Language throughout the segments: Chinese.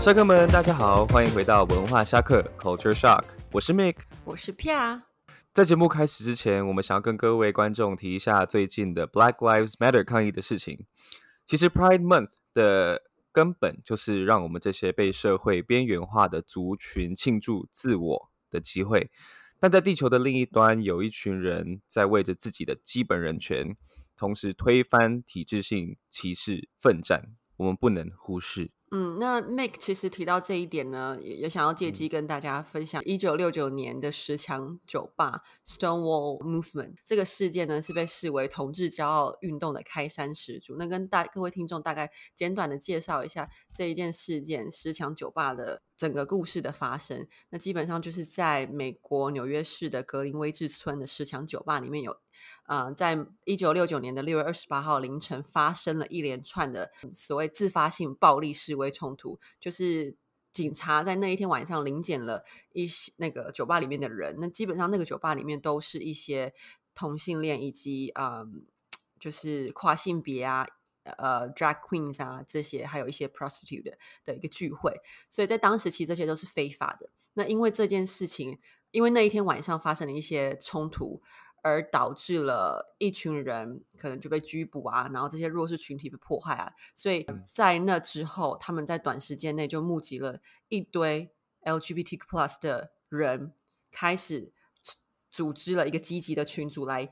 帅哥们，大家好，欢迎回到文化虾客 Culture Shock，我是 Mick。我是 Pia，啊在节目开始之前，我们想要跟各位观众提一下最近的 Black Lives Matter 抗议的事情。其实 Pride Month 的根本就是让我们这些被社会边缘化的族群庆祝自我的机会，但在地球的另一端，有一群人在为着自己的基本人权，同时推翻体制性歧视奋战，我们不能忽视。嗯，那 Make 其实提到这一点呢，也也想要借机跟大家分享一九六九年的十强酒吧 Stonewall Movement 这个事件呢，是被视为同志骄傲运动的开山始祖。那跟大各位听众大概简短的介绍一下这一件事件十强酒吧的整个故事的发生。那基本上就是在美国纽约市的格林威治村的十强酒吧里面有呃，在一九六九年的六月二十八号凌晨发生了一连串的嗯所谓自发性暴力示威冲突，就是警察在那一天晚上临检了一些那个酒吧里面的人，那基本上那个酒吧里面都是一些同性恋以及嗯，就是跨性别啊。呃，drag queens 啊，这些还有一些 prostitute 的的一个聚会，所以在当时其实这些都是非法的。那因为这件事情，因为那一天晚上发生了一些冲突，而导致了一群人可能就被拘捕啊，然后这些弱势群体被迫害啊，所以在那之后，他们在短时间内就募集了一堆 LGBT plus 的人，开始组组织了一个积极的群组来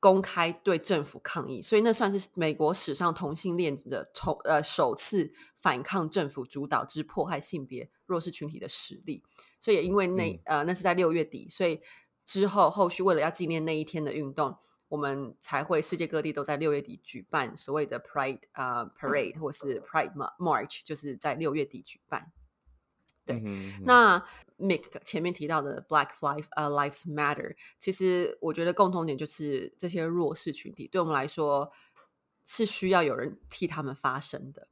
公开对政府抗议，所以那算是美国史上同性恋的从呃首次反抗政府主导之迫害性别弱势群体的实例。所以也因为那、呃那是在六月底，所以之后后续为了要纪念那一天的运动，我们才会世界各地都在六月底举办所谓的 Pride 啊、呃 Parade 或是 Pride Mar- March，就是在六月底举办。对嗯哼嗯哼那 Mick 前面提到的 Black Life 呃、Lives Matter，其实我觉得共同点就是这些弱势群体对我们来说是需要有人替他们发声的。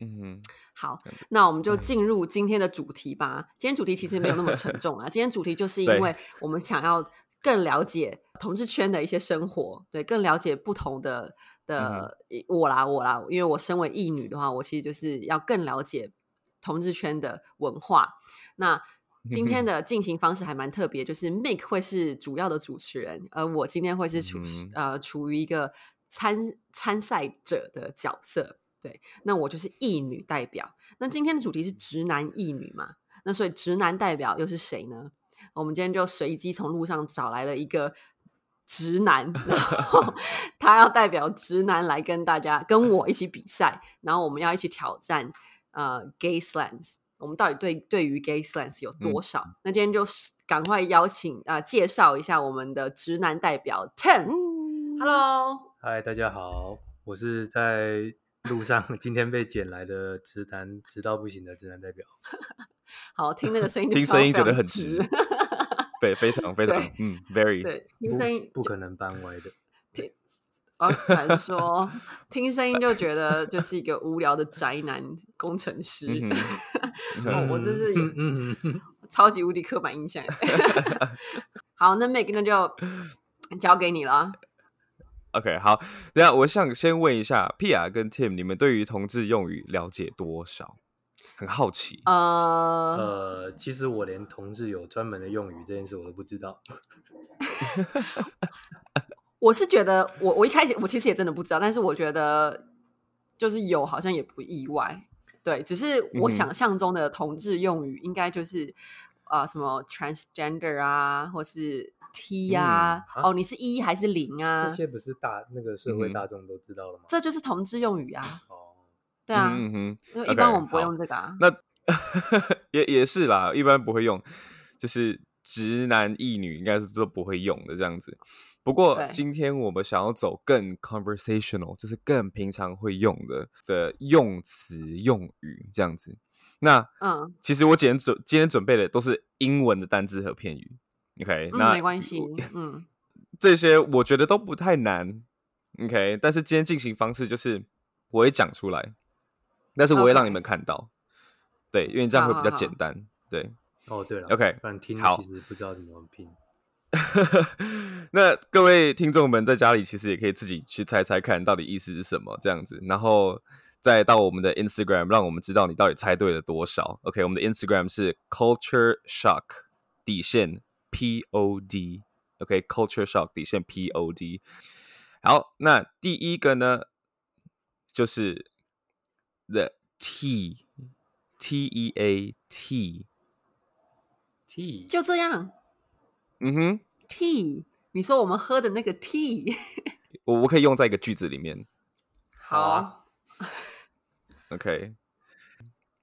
嗯哼好，那我们就嗯进入今天的主题吧。今天主题其实没有那 么沉重啊，今天主题就是对因为我们想要更了解同志圈的一些生活，对，更了解不同的嗯的、一我啦我啦，因为我身为异女的话，我其实就是要更了解同志圈的文化。那 今天的进行方式还蛮特别，就是 Mike 会是主要的主持人，而我今天会是处、嗯呃处于一个参参赛者的角色。对，那我就是异女代表。那今天的主题是直男异女嘛？那所以直男代表又是谁呢？我们今天就随机从路上找来了一个直男，然 后他要代表直男来跟大家跟我一起比赛，然后我们要一起挑战呃 gay slams。我们到底对对于 gay slams 有嗯多少？那今天就是赶快邀请啊、呃介绍一下我们的直男代表 Ten。Hello，嗨，大家好，我是在路上今天被捡来的直男，直到不行的直男代表。好，听那个声音就听知道声音非觉得常很直 直，对，非常非常对，嗯，very，对，听声音不可能搬歪的。啊，难说，听声音就觉得就是一个无聊的宅男工程师。嗯 哦，我真这是有嗯嗯嗯，超级无敌刻板印象。 好，那 Meg 那就交给你了。 OK，好，那我想先问一下 Pia 跟 Tim，你们对于同志用语了解多少？很好奇，哦呃，呃，其实我连同志有专门的用语这件事我都不知道。我是觉得我我一开始我其实也真的不知道，但是我觉得就是有好像也不意外。对，只是嗯哼我想象中的同志用语应该就是、呃什么 transgender 啊，或是 T 呀、啊嗯啊哦，你是一还是零啊？这些不是大那个社嗯会大众都知道了吗？这就是同志用语啊。哦，对啊，嗯哼，因为一般 OK，我们不会好用这个啊。那 也也是啦，一般不会用，就是直男异女应该是都不会用的这样子。不过对今天我们想要走更 conversational，就是更平常会用的的用词用语这样子。那嗯其实我今天准今天准备的都是英文的单字和片语，OK？、嗯，那没关系，嗯。这些我觉得都不太难，OK？但是今天进行方式就是我会讲出来，但是我会让你 OK 们看到对，因为这样会比好较好简好单，对。哦，对了 OK，不然听好其实不知道怎么拼。 那各位听众们在家里其实也可以自己去猜猜看，到底意思是什么这样子。然后再到我们的 Instagram，让我们知道你到底猜对了多少。OK，我们的 Instagram 是 Culture Shock 底线 POD。OK，Culture、Shock 底线 POD。好，那第一个呢，就是 the T T E A T。 T 就这样嗯哼， tea。你说我们喝的那个 tea，我我可以用在一个句子里面。好啊 OK。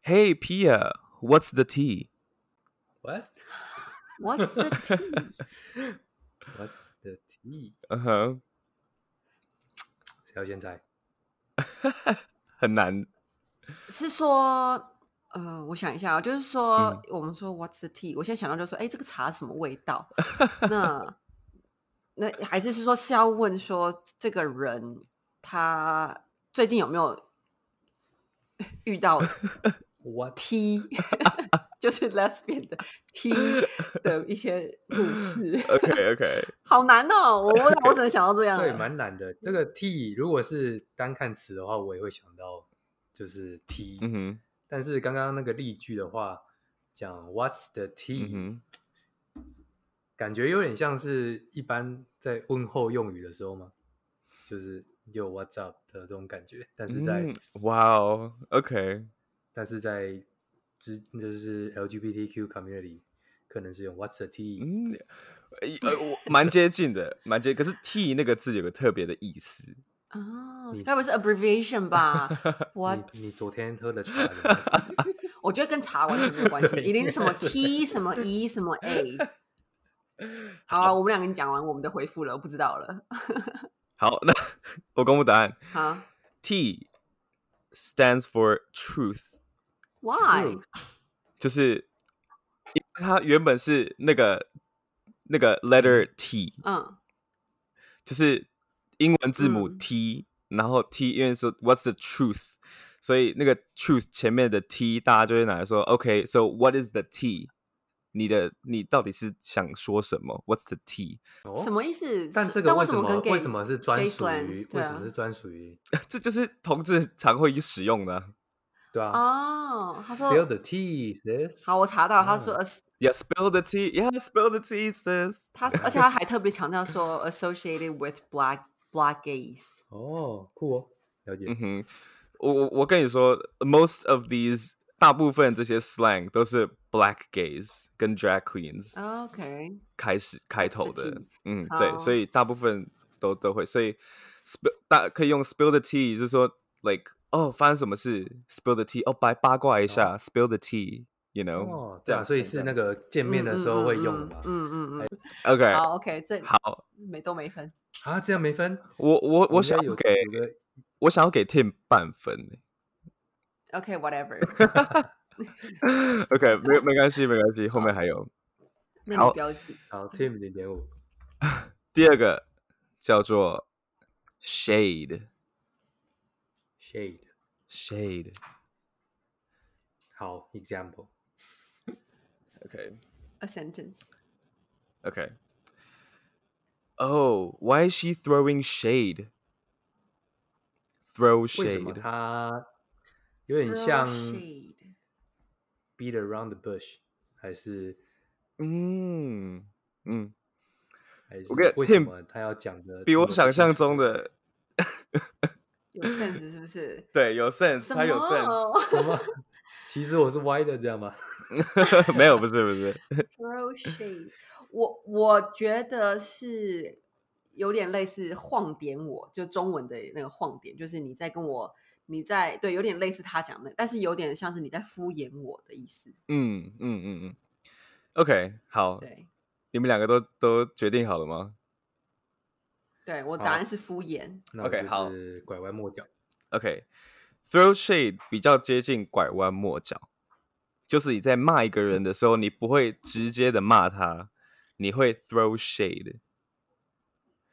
Hey Pia, what's the tea? What ，What's the tea？ What's the T？嗯 哼，谁要先猜？很难。是说，呃，我想一下啊，就是说，嗯我们说 What's the tea？我现在想到就是说，哎，这个茶什么味 道？那那还是是说是要问说这个人他最近有没有 遇到 What T，就是 lesbian 的 T 的一些故事， OK OK，好难哦！我我我只能想到这样对，了哦蛮难的。这个 T 如果是单看词的话，我也会想到就是 T，、嗯哼，但是刚刚那个例句的话，讲 What's the 嗯 T，、哼，感觉有点像是一般在问候用语的时候吗？就是有 What's up 的这种感觉，但是在、嗯哇哦，OK，但是在之就是 LGBTQ community 可能是用 What's the T，、嗯，呃，呃我 uh, 蛮接近的，蛮接。可是 “t” 那个字有个特别的意思，啊你，该不会是 abbreviation 吧？What？嗯你你昨天喝的茶有没 有我觉得跟茶完全没有关系，对一定是什么 T 什么 E 什么 A。好啊，我们两个已经讲完我们的回复了，我不知道了。 好， 那我公布答案 好嗯，“t” stands for truth， ，Why？就是因为它原本是那个那个 letter T，嗯就是英文字母嗯 T，、然后 T 因为说 What's the truth，所以那个 truth 前面的 T 大家就会拿来说 OK，so、What is the T？你的你到底是想说什么？What's the T？ 哦什么意思？但是这个为为什什么跟 gay 为什么是专 gay 属 friends，于？对为啊什么是专属于？这就是同志常会使用的啊。对啊哦，他，Spill 说 the tea, sis。好，我查到他说嗯 as- Yeah, spill the tea. Yeah, spill the tea, sis. 他而且他还特别强调说 associated with black black gays。哦，酷哦，了解。嗯哼，我我我跟你说，most of these 大部分这些 slang 都是 black gays 跟 drag queens。 OK，开始开自头的己，嗯，对，所哦好以大部分都都会，所以 spill 大可以用 spill the tea，就是说 like 哦发生什么事，spill the tea，哦八八卦一下、s p i l l the tea，you know，、哦，这对样啊，所以是那个见面的时候会用的嘛。嗯嗯嗯嗯嗯嗯， OK，好 OK，这好，没都没分。啊，这样没分。我我我应该想要有给有个我想要给 Tim 半分 OK，whatever、 ，OK，没没关系没关系，后面还有那好你标记好 team 零点嗯五第二个叫做 shade shade。 shade，OK，、好，example。 OK a sentence。 Okay. Oh, why is she throwing shade? Throw 为什么 shade. 它有点 Throw 像 shade beat around the bush，还是嗯嗯，还是我跟为什 Tim 么他要讲的比我想象中的有 sense 是不是？对有 sense，什他有么 sense，什么？其实我是歪的，这样吗？ 没有不是不是， Throw shade，我我觉得是有点类似晃点我，就中文的那个晃点，就是你在跟我，你在对，有点类似他讲的，但是有点像是你在敷衍我的意思。嗯嗯嗯嗯，OK，好，对，你们两个都都决定好了吗对我答好案是敷衍。那我 OK，好就是拐弯抹角。 ？OK，throw、shade 比较接近拐弯抹角，就是你在骂一个人的时候，你不会直接的骂他，你会 throw shade。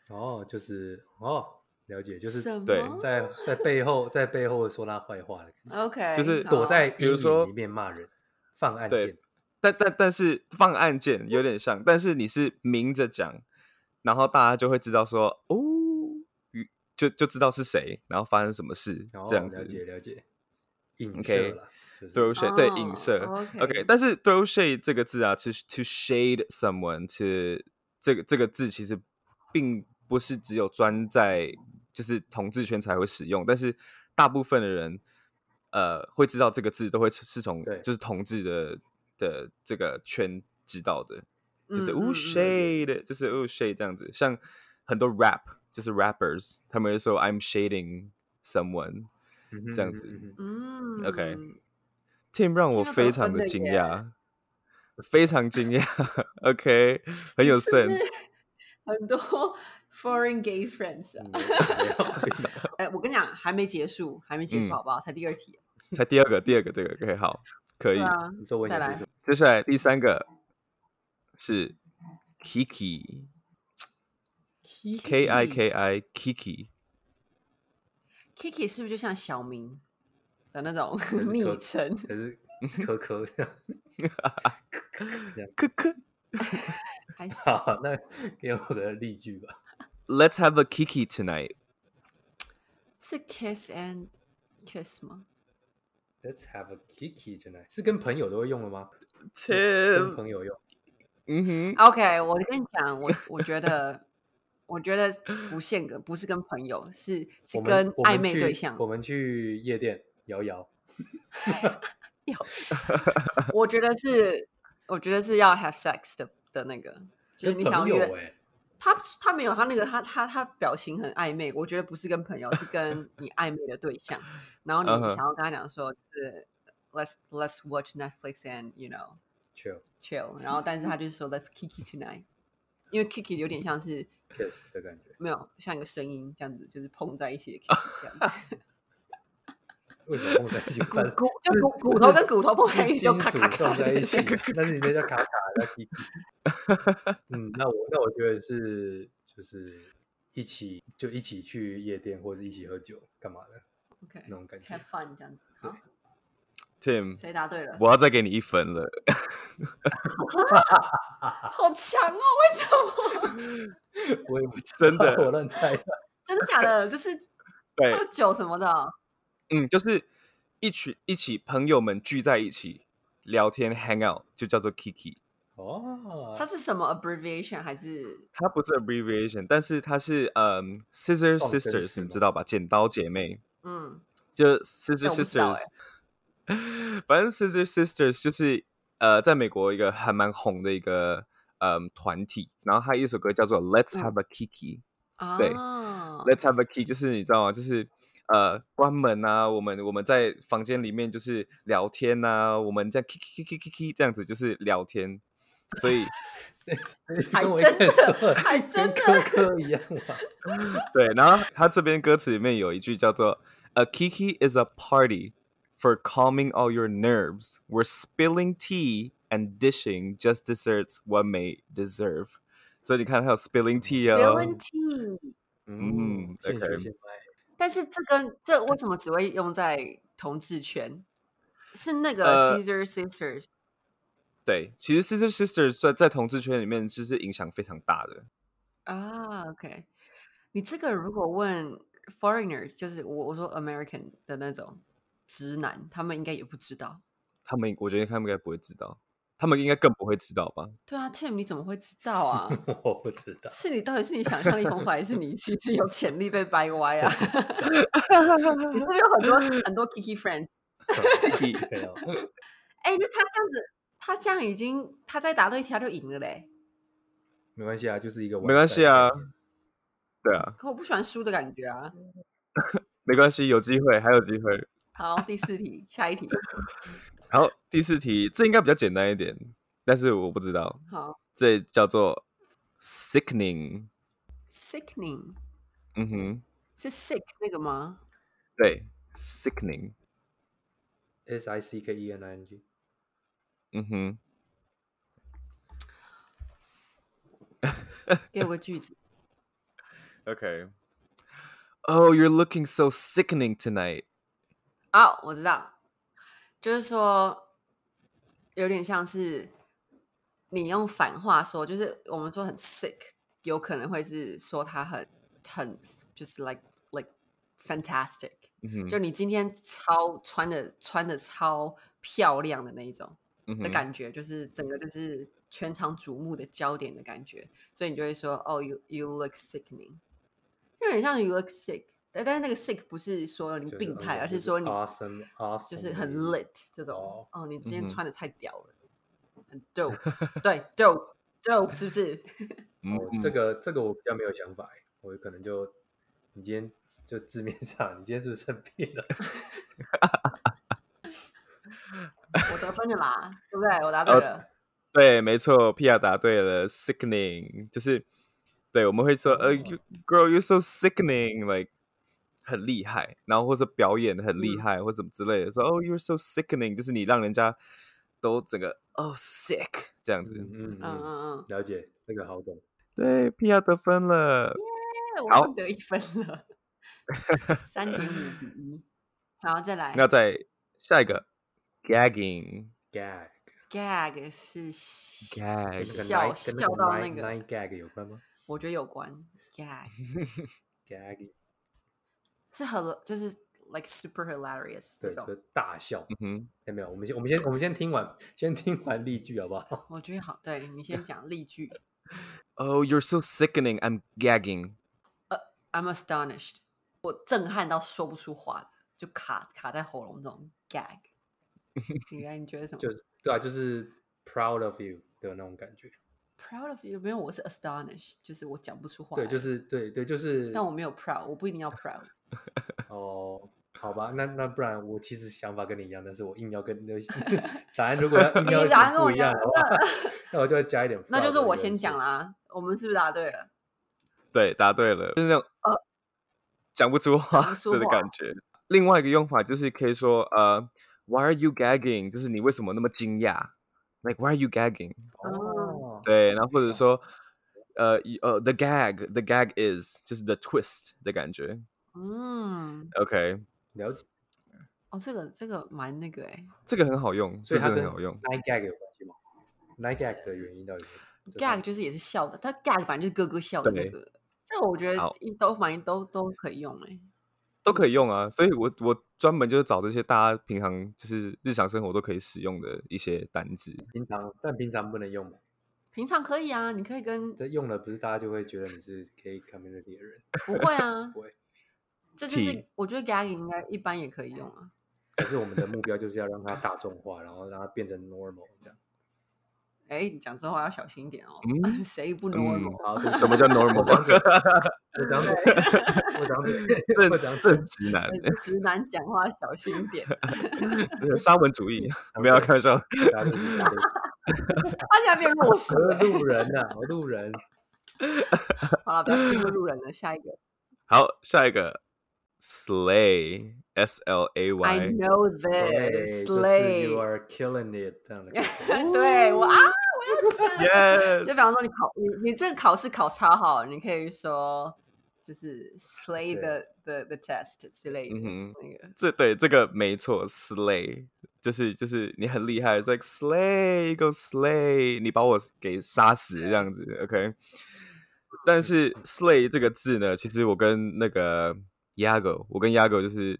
哦，就是哦，了解，就是什对么在在背后在背后说他坏话的感觉， OK，就是好躲在比阴如说影里面骂人，放暗对箭。但但但是放按键有点像，但是你是明着讲，然后大家就会知道说哦，原就就知道是谁，然后发生什么事然后这样哦了解子。了解，影 OK，射啦就是 Throw shade，、对影哦射。 OK OK，但是 throw shade 这个字啊，to to shade someone，to 这个这个字其实并不是只有专在就是同志圈才会使用，但是大部分的人呃会知道这个字，都会是从对就是同志的的这个圈知道的，就是嗯 oh 嗯嗯 shade，就是 oh shade 这样子，像很多 rap 就是 rappers，他们会说 I'm shading someone。嗯哼这样嗯哼子嗯哼嗯 OK Tim 让我听得非懂常真的的惊耶讶，非常惊讶。OK，很 有是不 sense 是。很多 foreign gay friends 啊。嗯没有哎，我跟你讲，还没结束，还没结嗯束，好不好？才第二题，才第二个，第二个这个 OK 好，可以对。啊，你说我再讲来这个接下来第三个是 Kiki，K 啊 I K I Kiki， Kiki 是不是就像小明的那种 是可昵称？可是科科这样。科科。还是好，那给我的例句吧。 Let's have a Kiki tonight。是 kiss and kiss 吗？ Let's have a kiki tonight，是跟朋友都会用的吗？呃跟 Tim，朋友用，嗯哼， OK，我跟你讲， 我我觉得，我觉得不限个，不是跟朋友，是是我们跟我暧们昧去对象我。们去夜店摇摇，我觉得是，我觉得是要 have sex 的的那个，就是跟你想要朋友约哎，他，他没有他那个他他他表情很暧昧，我觉得不是跟朋友，是跟你暧昧的对象。然后嗯你哼想要跟他讲说，就是 let's let's watch Netflix and you know 去 chill，然后但是 他就说 let's kiki tonight，因为 kiki 有点像是 kiss 的感觉。没有像一个声音这样子，就是碰在一起 的 kiss 这样子，为什么碰在一 起？反正骨就骨骨头跟骨头碰在一是起就金咔属咔咔，撞在一起但是你那叫卡卡叫 kiki。嗯，那我那我觉得是就是一起就一起去夜店或者一起喝酒干嘛的，OK，那种感觉 have。fun 这样子。好， ，Tim，谁答对嗯了？我要再给你一分了。好强哦！为什么？ 我也不知真的道我乱猜的。真的假的？就是对，喝酒什么的哦。嗯，就是一群一起朋友们聚在一起聊天 hang out，就叫做 Kiki。哦，它是什么 abbreviation 还是它不是 abbreviation，但是它是嗯、Scissor 放生 Sisters，词你们吗知道吧？剪刀姐妹，嗯就是 Scissor 哎我不知道 Sisters。反 正 Scissor Sisters 就是呃，在美国一个还蛮红的一个嗯团体，然后它有一首歌叫做 Let's 嗯 Have a Kiki。啊？对 Let's have a key，就是你知道吗？就是呃，关门啊，我们我们在房间里面就是聊天啊，我们在 k k k k k 这样子就是聊天，所以还哎跟我一真开始的说还跟真的科科一样 嘛。 对。然后他这边歌词里面有一句叫做 "A kiki is a party for calming all your nerves. We're spilling tea and dishing just desserts one may deserve." 所以你看，还有 spilling tea 没哦，问题。嗯现学 OK 现但是这跟这为什么只会用在同志圈？是那个呃 Caesar Sisters 对，其实 Sister Sisters 在在同志圈里面其实影响非常大的。啊？OK，你这个如果问 foreigners，就是我我说 American 的那种直男，他们应该也不知道。他们我觉得他们应该不会知道，他们应该更不会知道吧？对啊，Tim，你怎么会知道啊？ 卖， 我不知道。是你到底是你想象力丰富，还是你其实有潜力被掰歪啊？ 你是不是有很多很多 Kiki friends？没有，哎、那他这样子，他这样已经他再答对一题他就赢了嘞。没关系啊，就是一个没关系啊 晚上的概念对啊，可我不喜欢输的感觉啊。没关系，有机会还有机会。好，第四题，下一题。然后第四题，这应该比较简单一点，但是我不知道，好这叫做 sickening。 ，sickening 嗯哼，是 sick 那个吗？对，sickening。 S I C K E N I N G。嗯哼，给我个句子。 OK。Oh, you're looking so sickening tonight. 哦，我知道，就是说有点像是你用反话说，就是我们说很 sick，有可能会是说他很很就是 like fantastic，嗯哼就你今天超穿的穿的超漂亮的那一种嗯哼的感觉，就是整个就是全场瞩目的焦点的感觉，所以你就会说哦、y o u you look sickening，就很像 you look sick，但但是那个 sick 不是说你就是病嗯态，而就是说你 awesome awesome，就是很的意 lit 思这种哦哦你今天嗯哼穿的太屌了， 很 dope，对 dope dope 是不是？哦，嗯这个这个我比较没有想法欸，我可能就你今天就字面上，你今天是不是生病了？ 我得分了啦，对不对？我答对哦呃了。对，没错，皮亚答对了，sickening 就是对，我们会说哦呃、y o u girl you so sickening，like 很厉害，然后或者表演得很厉嗯害、或什么之类的，说哦 you're so sickening，就是你让人家都整个哦 sick 这样子。嗯嗯嗯嗯，嗯嗯，了解，这个好懂。对，皮亚得分了，哎我好又得一分 了，三点五比一。好，再来那再下一个 gagging， gag gag 是笑 Gag 跟那个哎笑 nine- 跟笑到那 nine- 个， nine gag 有关吗我觉得有关 gag ？gag 是很就是 like super hilarious 这对，就种是，大笑。嗯哼，哎，没有，我们先我们先我们先听完，先听完例句好不好？ 我觉得好。对你先讲例句哦、you're so sickening，I'm gagging， ，I'm astonished，我震撼到说不出话，就卡卡在喉咙这种 gag。你来，你觉得什么？就是对啊，就是 proud of you 的那种感觉。 proud of you 没有，我是 astonished，就是我讲不出话来。对，就是对对，就是但我没有 proud，我不一定要 proud。 哦，好吧，那那不然我其实想法跟你一样，但是我硬要 跟 答案如果要硬要你答案讲跟我不一一样样的话， 那我就要加一点 proud 的元素。 那就是我先讲啦，我们是不是答对了？对，答对了，就是那种呃讲不出话讲不出 的话感觉。另外一个用法就是可以说呃，Why are you gagging？就是你为什么那么惊讶？Like Why are you gagging？嗯哦，对，然后或者哦说呃一呃，the gag，the gag is 就是 the twist 的感觉。嗯， OK，了解，哦，这个这个蛮那个哎、这个很好用，这所以它真的跟很好用。 nine gag 有关系吗？nine gag 的原因到底是什么 g a g 就是也是笑的，他 gag 反正就是咯咯笑的那对个。这个我觉得好一都蛮都都可以用哎、都可以用啊，所以我我专门就是找这些大家平常就是日常生活都可以使用的一些单字。平常但平常不能用嘛，平常可以啊，你可以跟这用了不是大家就会觉得你是 gay community 的人，，不会啊不会。这就是替我觉得 gag 应该一般也可以用啊。可是我们的目标就是要让它大众化，然后让它变成 normal 这样。哎，你讲这话要小心一点哦，嗯谁不嗯 normal？、好，对不起什么叫我张 normal？ 嘴，我张嘴，我张嘴，我正张嘴。正直男，直男讲话小心一点，他这个沙文主义，嗯没有开玩笑。大家对不起大家对不起现在变弱势我了是。路人呐、我 路人。好了，不要进入路人了，下一个。好，下一个 slay s l a I y， know 对 this 就是 You slay， are killing it 这样的感觉。 对我啊，我要 讲。耶，就比方说你考你你这个考试考超好，你可以说就是 slay the the the test 之类嗯的、哼那个。这对这个没错，slay 就是就是你很厉害，it's like slay go slay，你把我给杀死这样子，OK。但是 slay 这个字呢，其实我跟那个 Yago，我跟 Yago 就是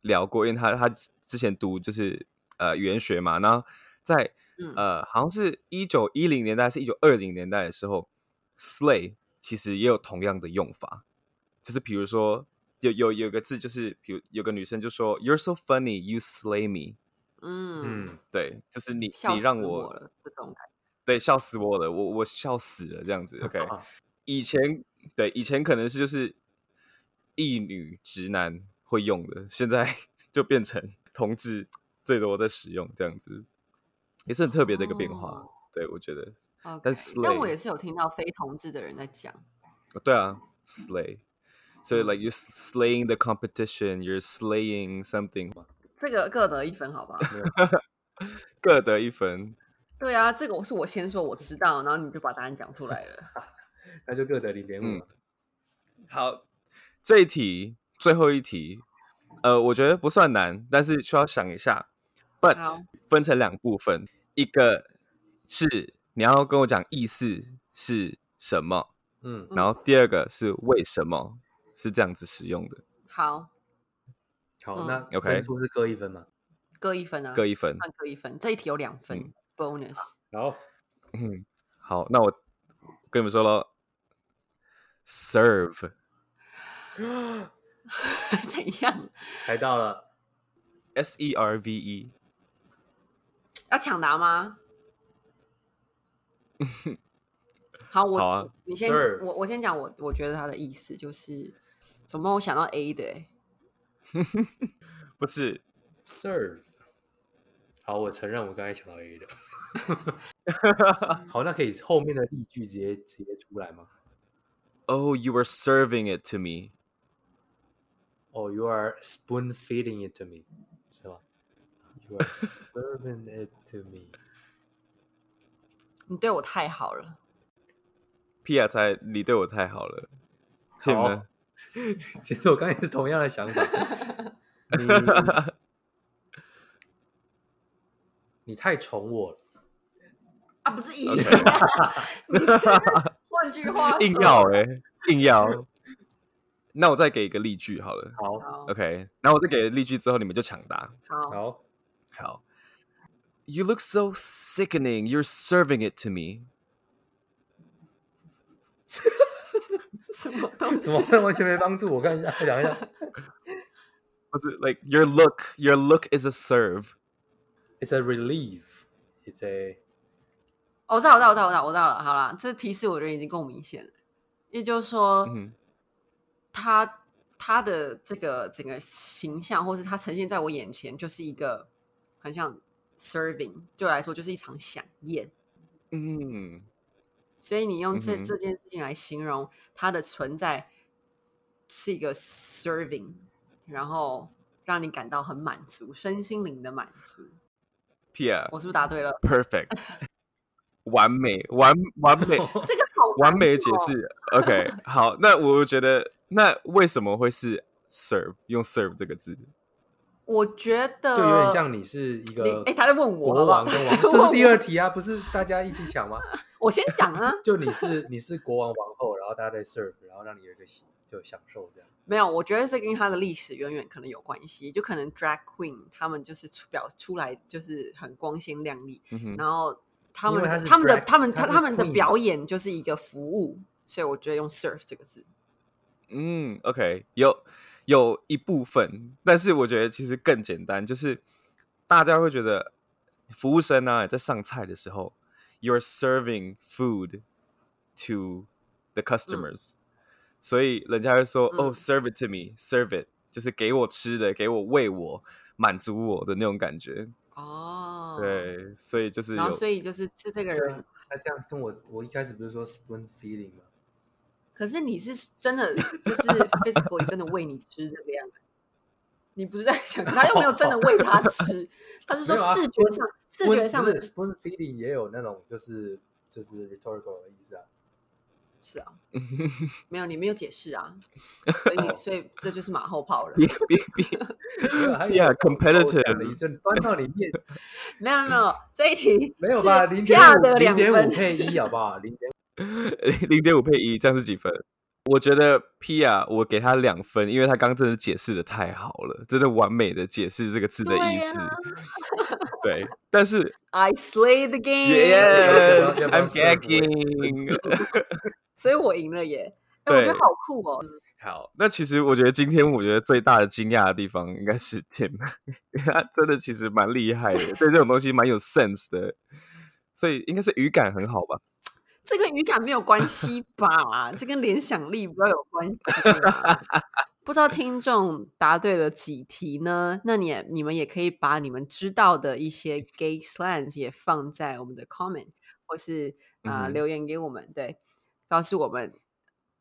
聊过，因为他他之前读就是呃语言学嘛，然后在嗯呃好像是一九一零年代，是一九二零年代的时候，slay 其实也有同样的用法，就是比如说有有有个字，就是比如有个女生就说 "You're so funny, you slay me"，嗯，嗯，对，就是你笑你死让我我了，这种感对笑死我了，我我笑死了这样 子。OK，啊以前对以前可能是就是一女直男会用的，现在 就变成同志最多在使用这样子，也是很特别的一个变化。哦对，我觉得，觉。OK，但但我 slay- 也是有听到非同志的人在讲，对啊，slay。所以，like 嗯 you're slaying the competition, you're slaying something，这个各得一分，好不好？ 各得一分。对啊，这个我是我先说我知道，然后你就把答案讲出来了。那就各得零点嗯五。好，这一题最后一题，呃，我觉得不算难，但是需要想一下。But 好分成两部分，一个是你要跟我讲意思是什么，嗯，然后第二个是为什么是这样子使用的。好，好，嗯那 OK 分数是各一分嘛？各一分啊，各一分。算各一分。这一题有两分、嗯 bonus。 好，嗯，好，那我跟你们说了，serve，怎样？猜到了， S E R V E，要抢答 吗？好，我好啊你先， Serve 我我先讲我我觉得他的意思就是，怎么我想到 A 的、欸？ 不是 serve。好，我承认我刚才想到 A 的。好，那可以后面的例句直接直接出来吗？ ，Oh, you were serving it to me，哦、y o u are spoon feeding it to me，是吗 ？You are serving it to me。你对我太好了。屁亚才你对我太好了，Tim 呢？其实我刚才是同样的想 法。你你太宠我了，啊，不是一 OK 你是换句话说硬要哎、硬要。那我再给一个例句好了好好，OK？然后我再给例句之后，你们就抢答。好，好，好，You look so sickening. You're serving it to me. 什么东 怎么西？会完全没帮助？我看一下，想一下不是，like your look, your look is a serve. ，It's a relief. It's a 哦我知道，我知道，我知道，我知道，我知道了。好啦，这提示我觉得已经够明显了。也就是说，嗯他他的这个整个形象，或是他呈现在我眼前，就是一个很像 serving，对我来说就是一场飨宴。嗯，所以你用这、嗯哼这件事情来形容它的存在，是一个 serving，然后让你感到很满足，身心灵的满足。屁亚我是不是答对了？ perfect，完美，完完美，这个 好完难美的解哦释。OK，好，那我觉得，那为什么会是 serve 用 serve 这个字？我觉得就有点像你是一你个哎，他在问我国好王不好跟王，这是第二题啊，不是大家一起想吗？我先讲啊，就你是你是国王王后，然后大家在 serve，然后让你有一个喜就享受这样。没有，我觉得这跟他的历史渊源可能有关系，就可能 drag queen 他们就是出表出来就是很光鲜亮丽，嗯哼，然后他们因为的他是他们的 drag，他们他是他们的 queen 表演就是一个服务，所以我觉得用 serve 这个字，嗯，OK，有有一部分，但是我觉得其实更简单，就是大家会觉得服务生啊在上菜的时候，you're serving food to the customers，、所以人家会说、嗯 oh serve it to me，serve it，就是给我吃的，给我喂我，满足我的那种感觉。哦，，对，所以就是然后有所以就是是这个对人啊，，那这样跟我我一开始不是说 spoon feeding 吗？可是你是真的就是 physically 真的喂你吃这个样子。你不是在想，他又没有真的喂他吃，他是说没有啊视觉上、视 Spoon- 觉上不的是 spoon feeding 也有那种就是就是 rhetorical 的意思啊。是 啊，没有，你没有解释啊，所 以所以这就是马后炮了。别别别，没有还有 Yeah, 我讲了 competitive 一阵端到你面前，没有没有，这一题 没有吧？是零点啪五的零两点分 五，配一好不好？零点零点五配一，这样是几分？我觉得 Pia 我给他两分，因为他刚真的解释的太好了，真的完美的解释这个字的意对思。啊对，但是 I slay the game，、要不要 Yes，I'm 要不要 gagging。 所以我赢了耶。哎，我觉得对好酷哦！好，那其实我觉得今天我觉得最大的惊讶的地方应该是 Tim，因为他真的其实蛮厉害的，对这种东西蛮有 sense 的，所以应该是语感很好吧。这跟语感没有关系吧？这跟联想力比较有关系啊。不知道听众答对了几题呢？那你也你们也可以把你们知道的一些 gay slangs 也放在我们的 comment 或是嗯啊、呃哼留言给我们，对，告诉我们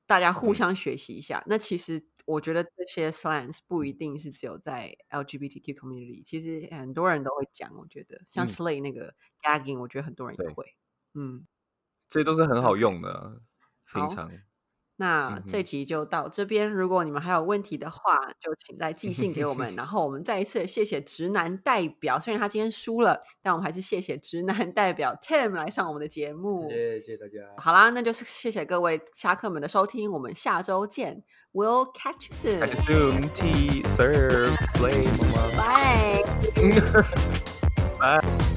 大家嗯互相学习一下。那其实我觉得这些 slangs 不一定是只有在 LGBTQ community，其实很多人都会讲。我觉得像嗯 slay 那个 gagging，我觉得很多人也对会，嗯，这都是很好用的啊、好平常那这集就到这边，如果你们还有问题的话，就请再寄信给我们。然后我们再一次谢谢直男代表，虽然他今天输了，但我们还是谢谢直男代表 Tim 来上我们的节目。谢谢大家，好啦，那就是谢谢各位侠客们的收听，我们下周见。We'll catch you soon. Zoom, tea, serve, slay, mama. Bye. Bye.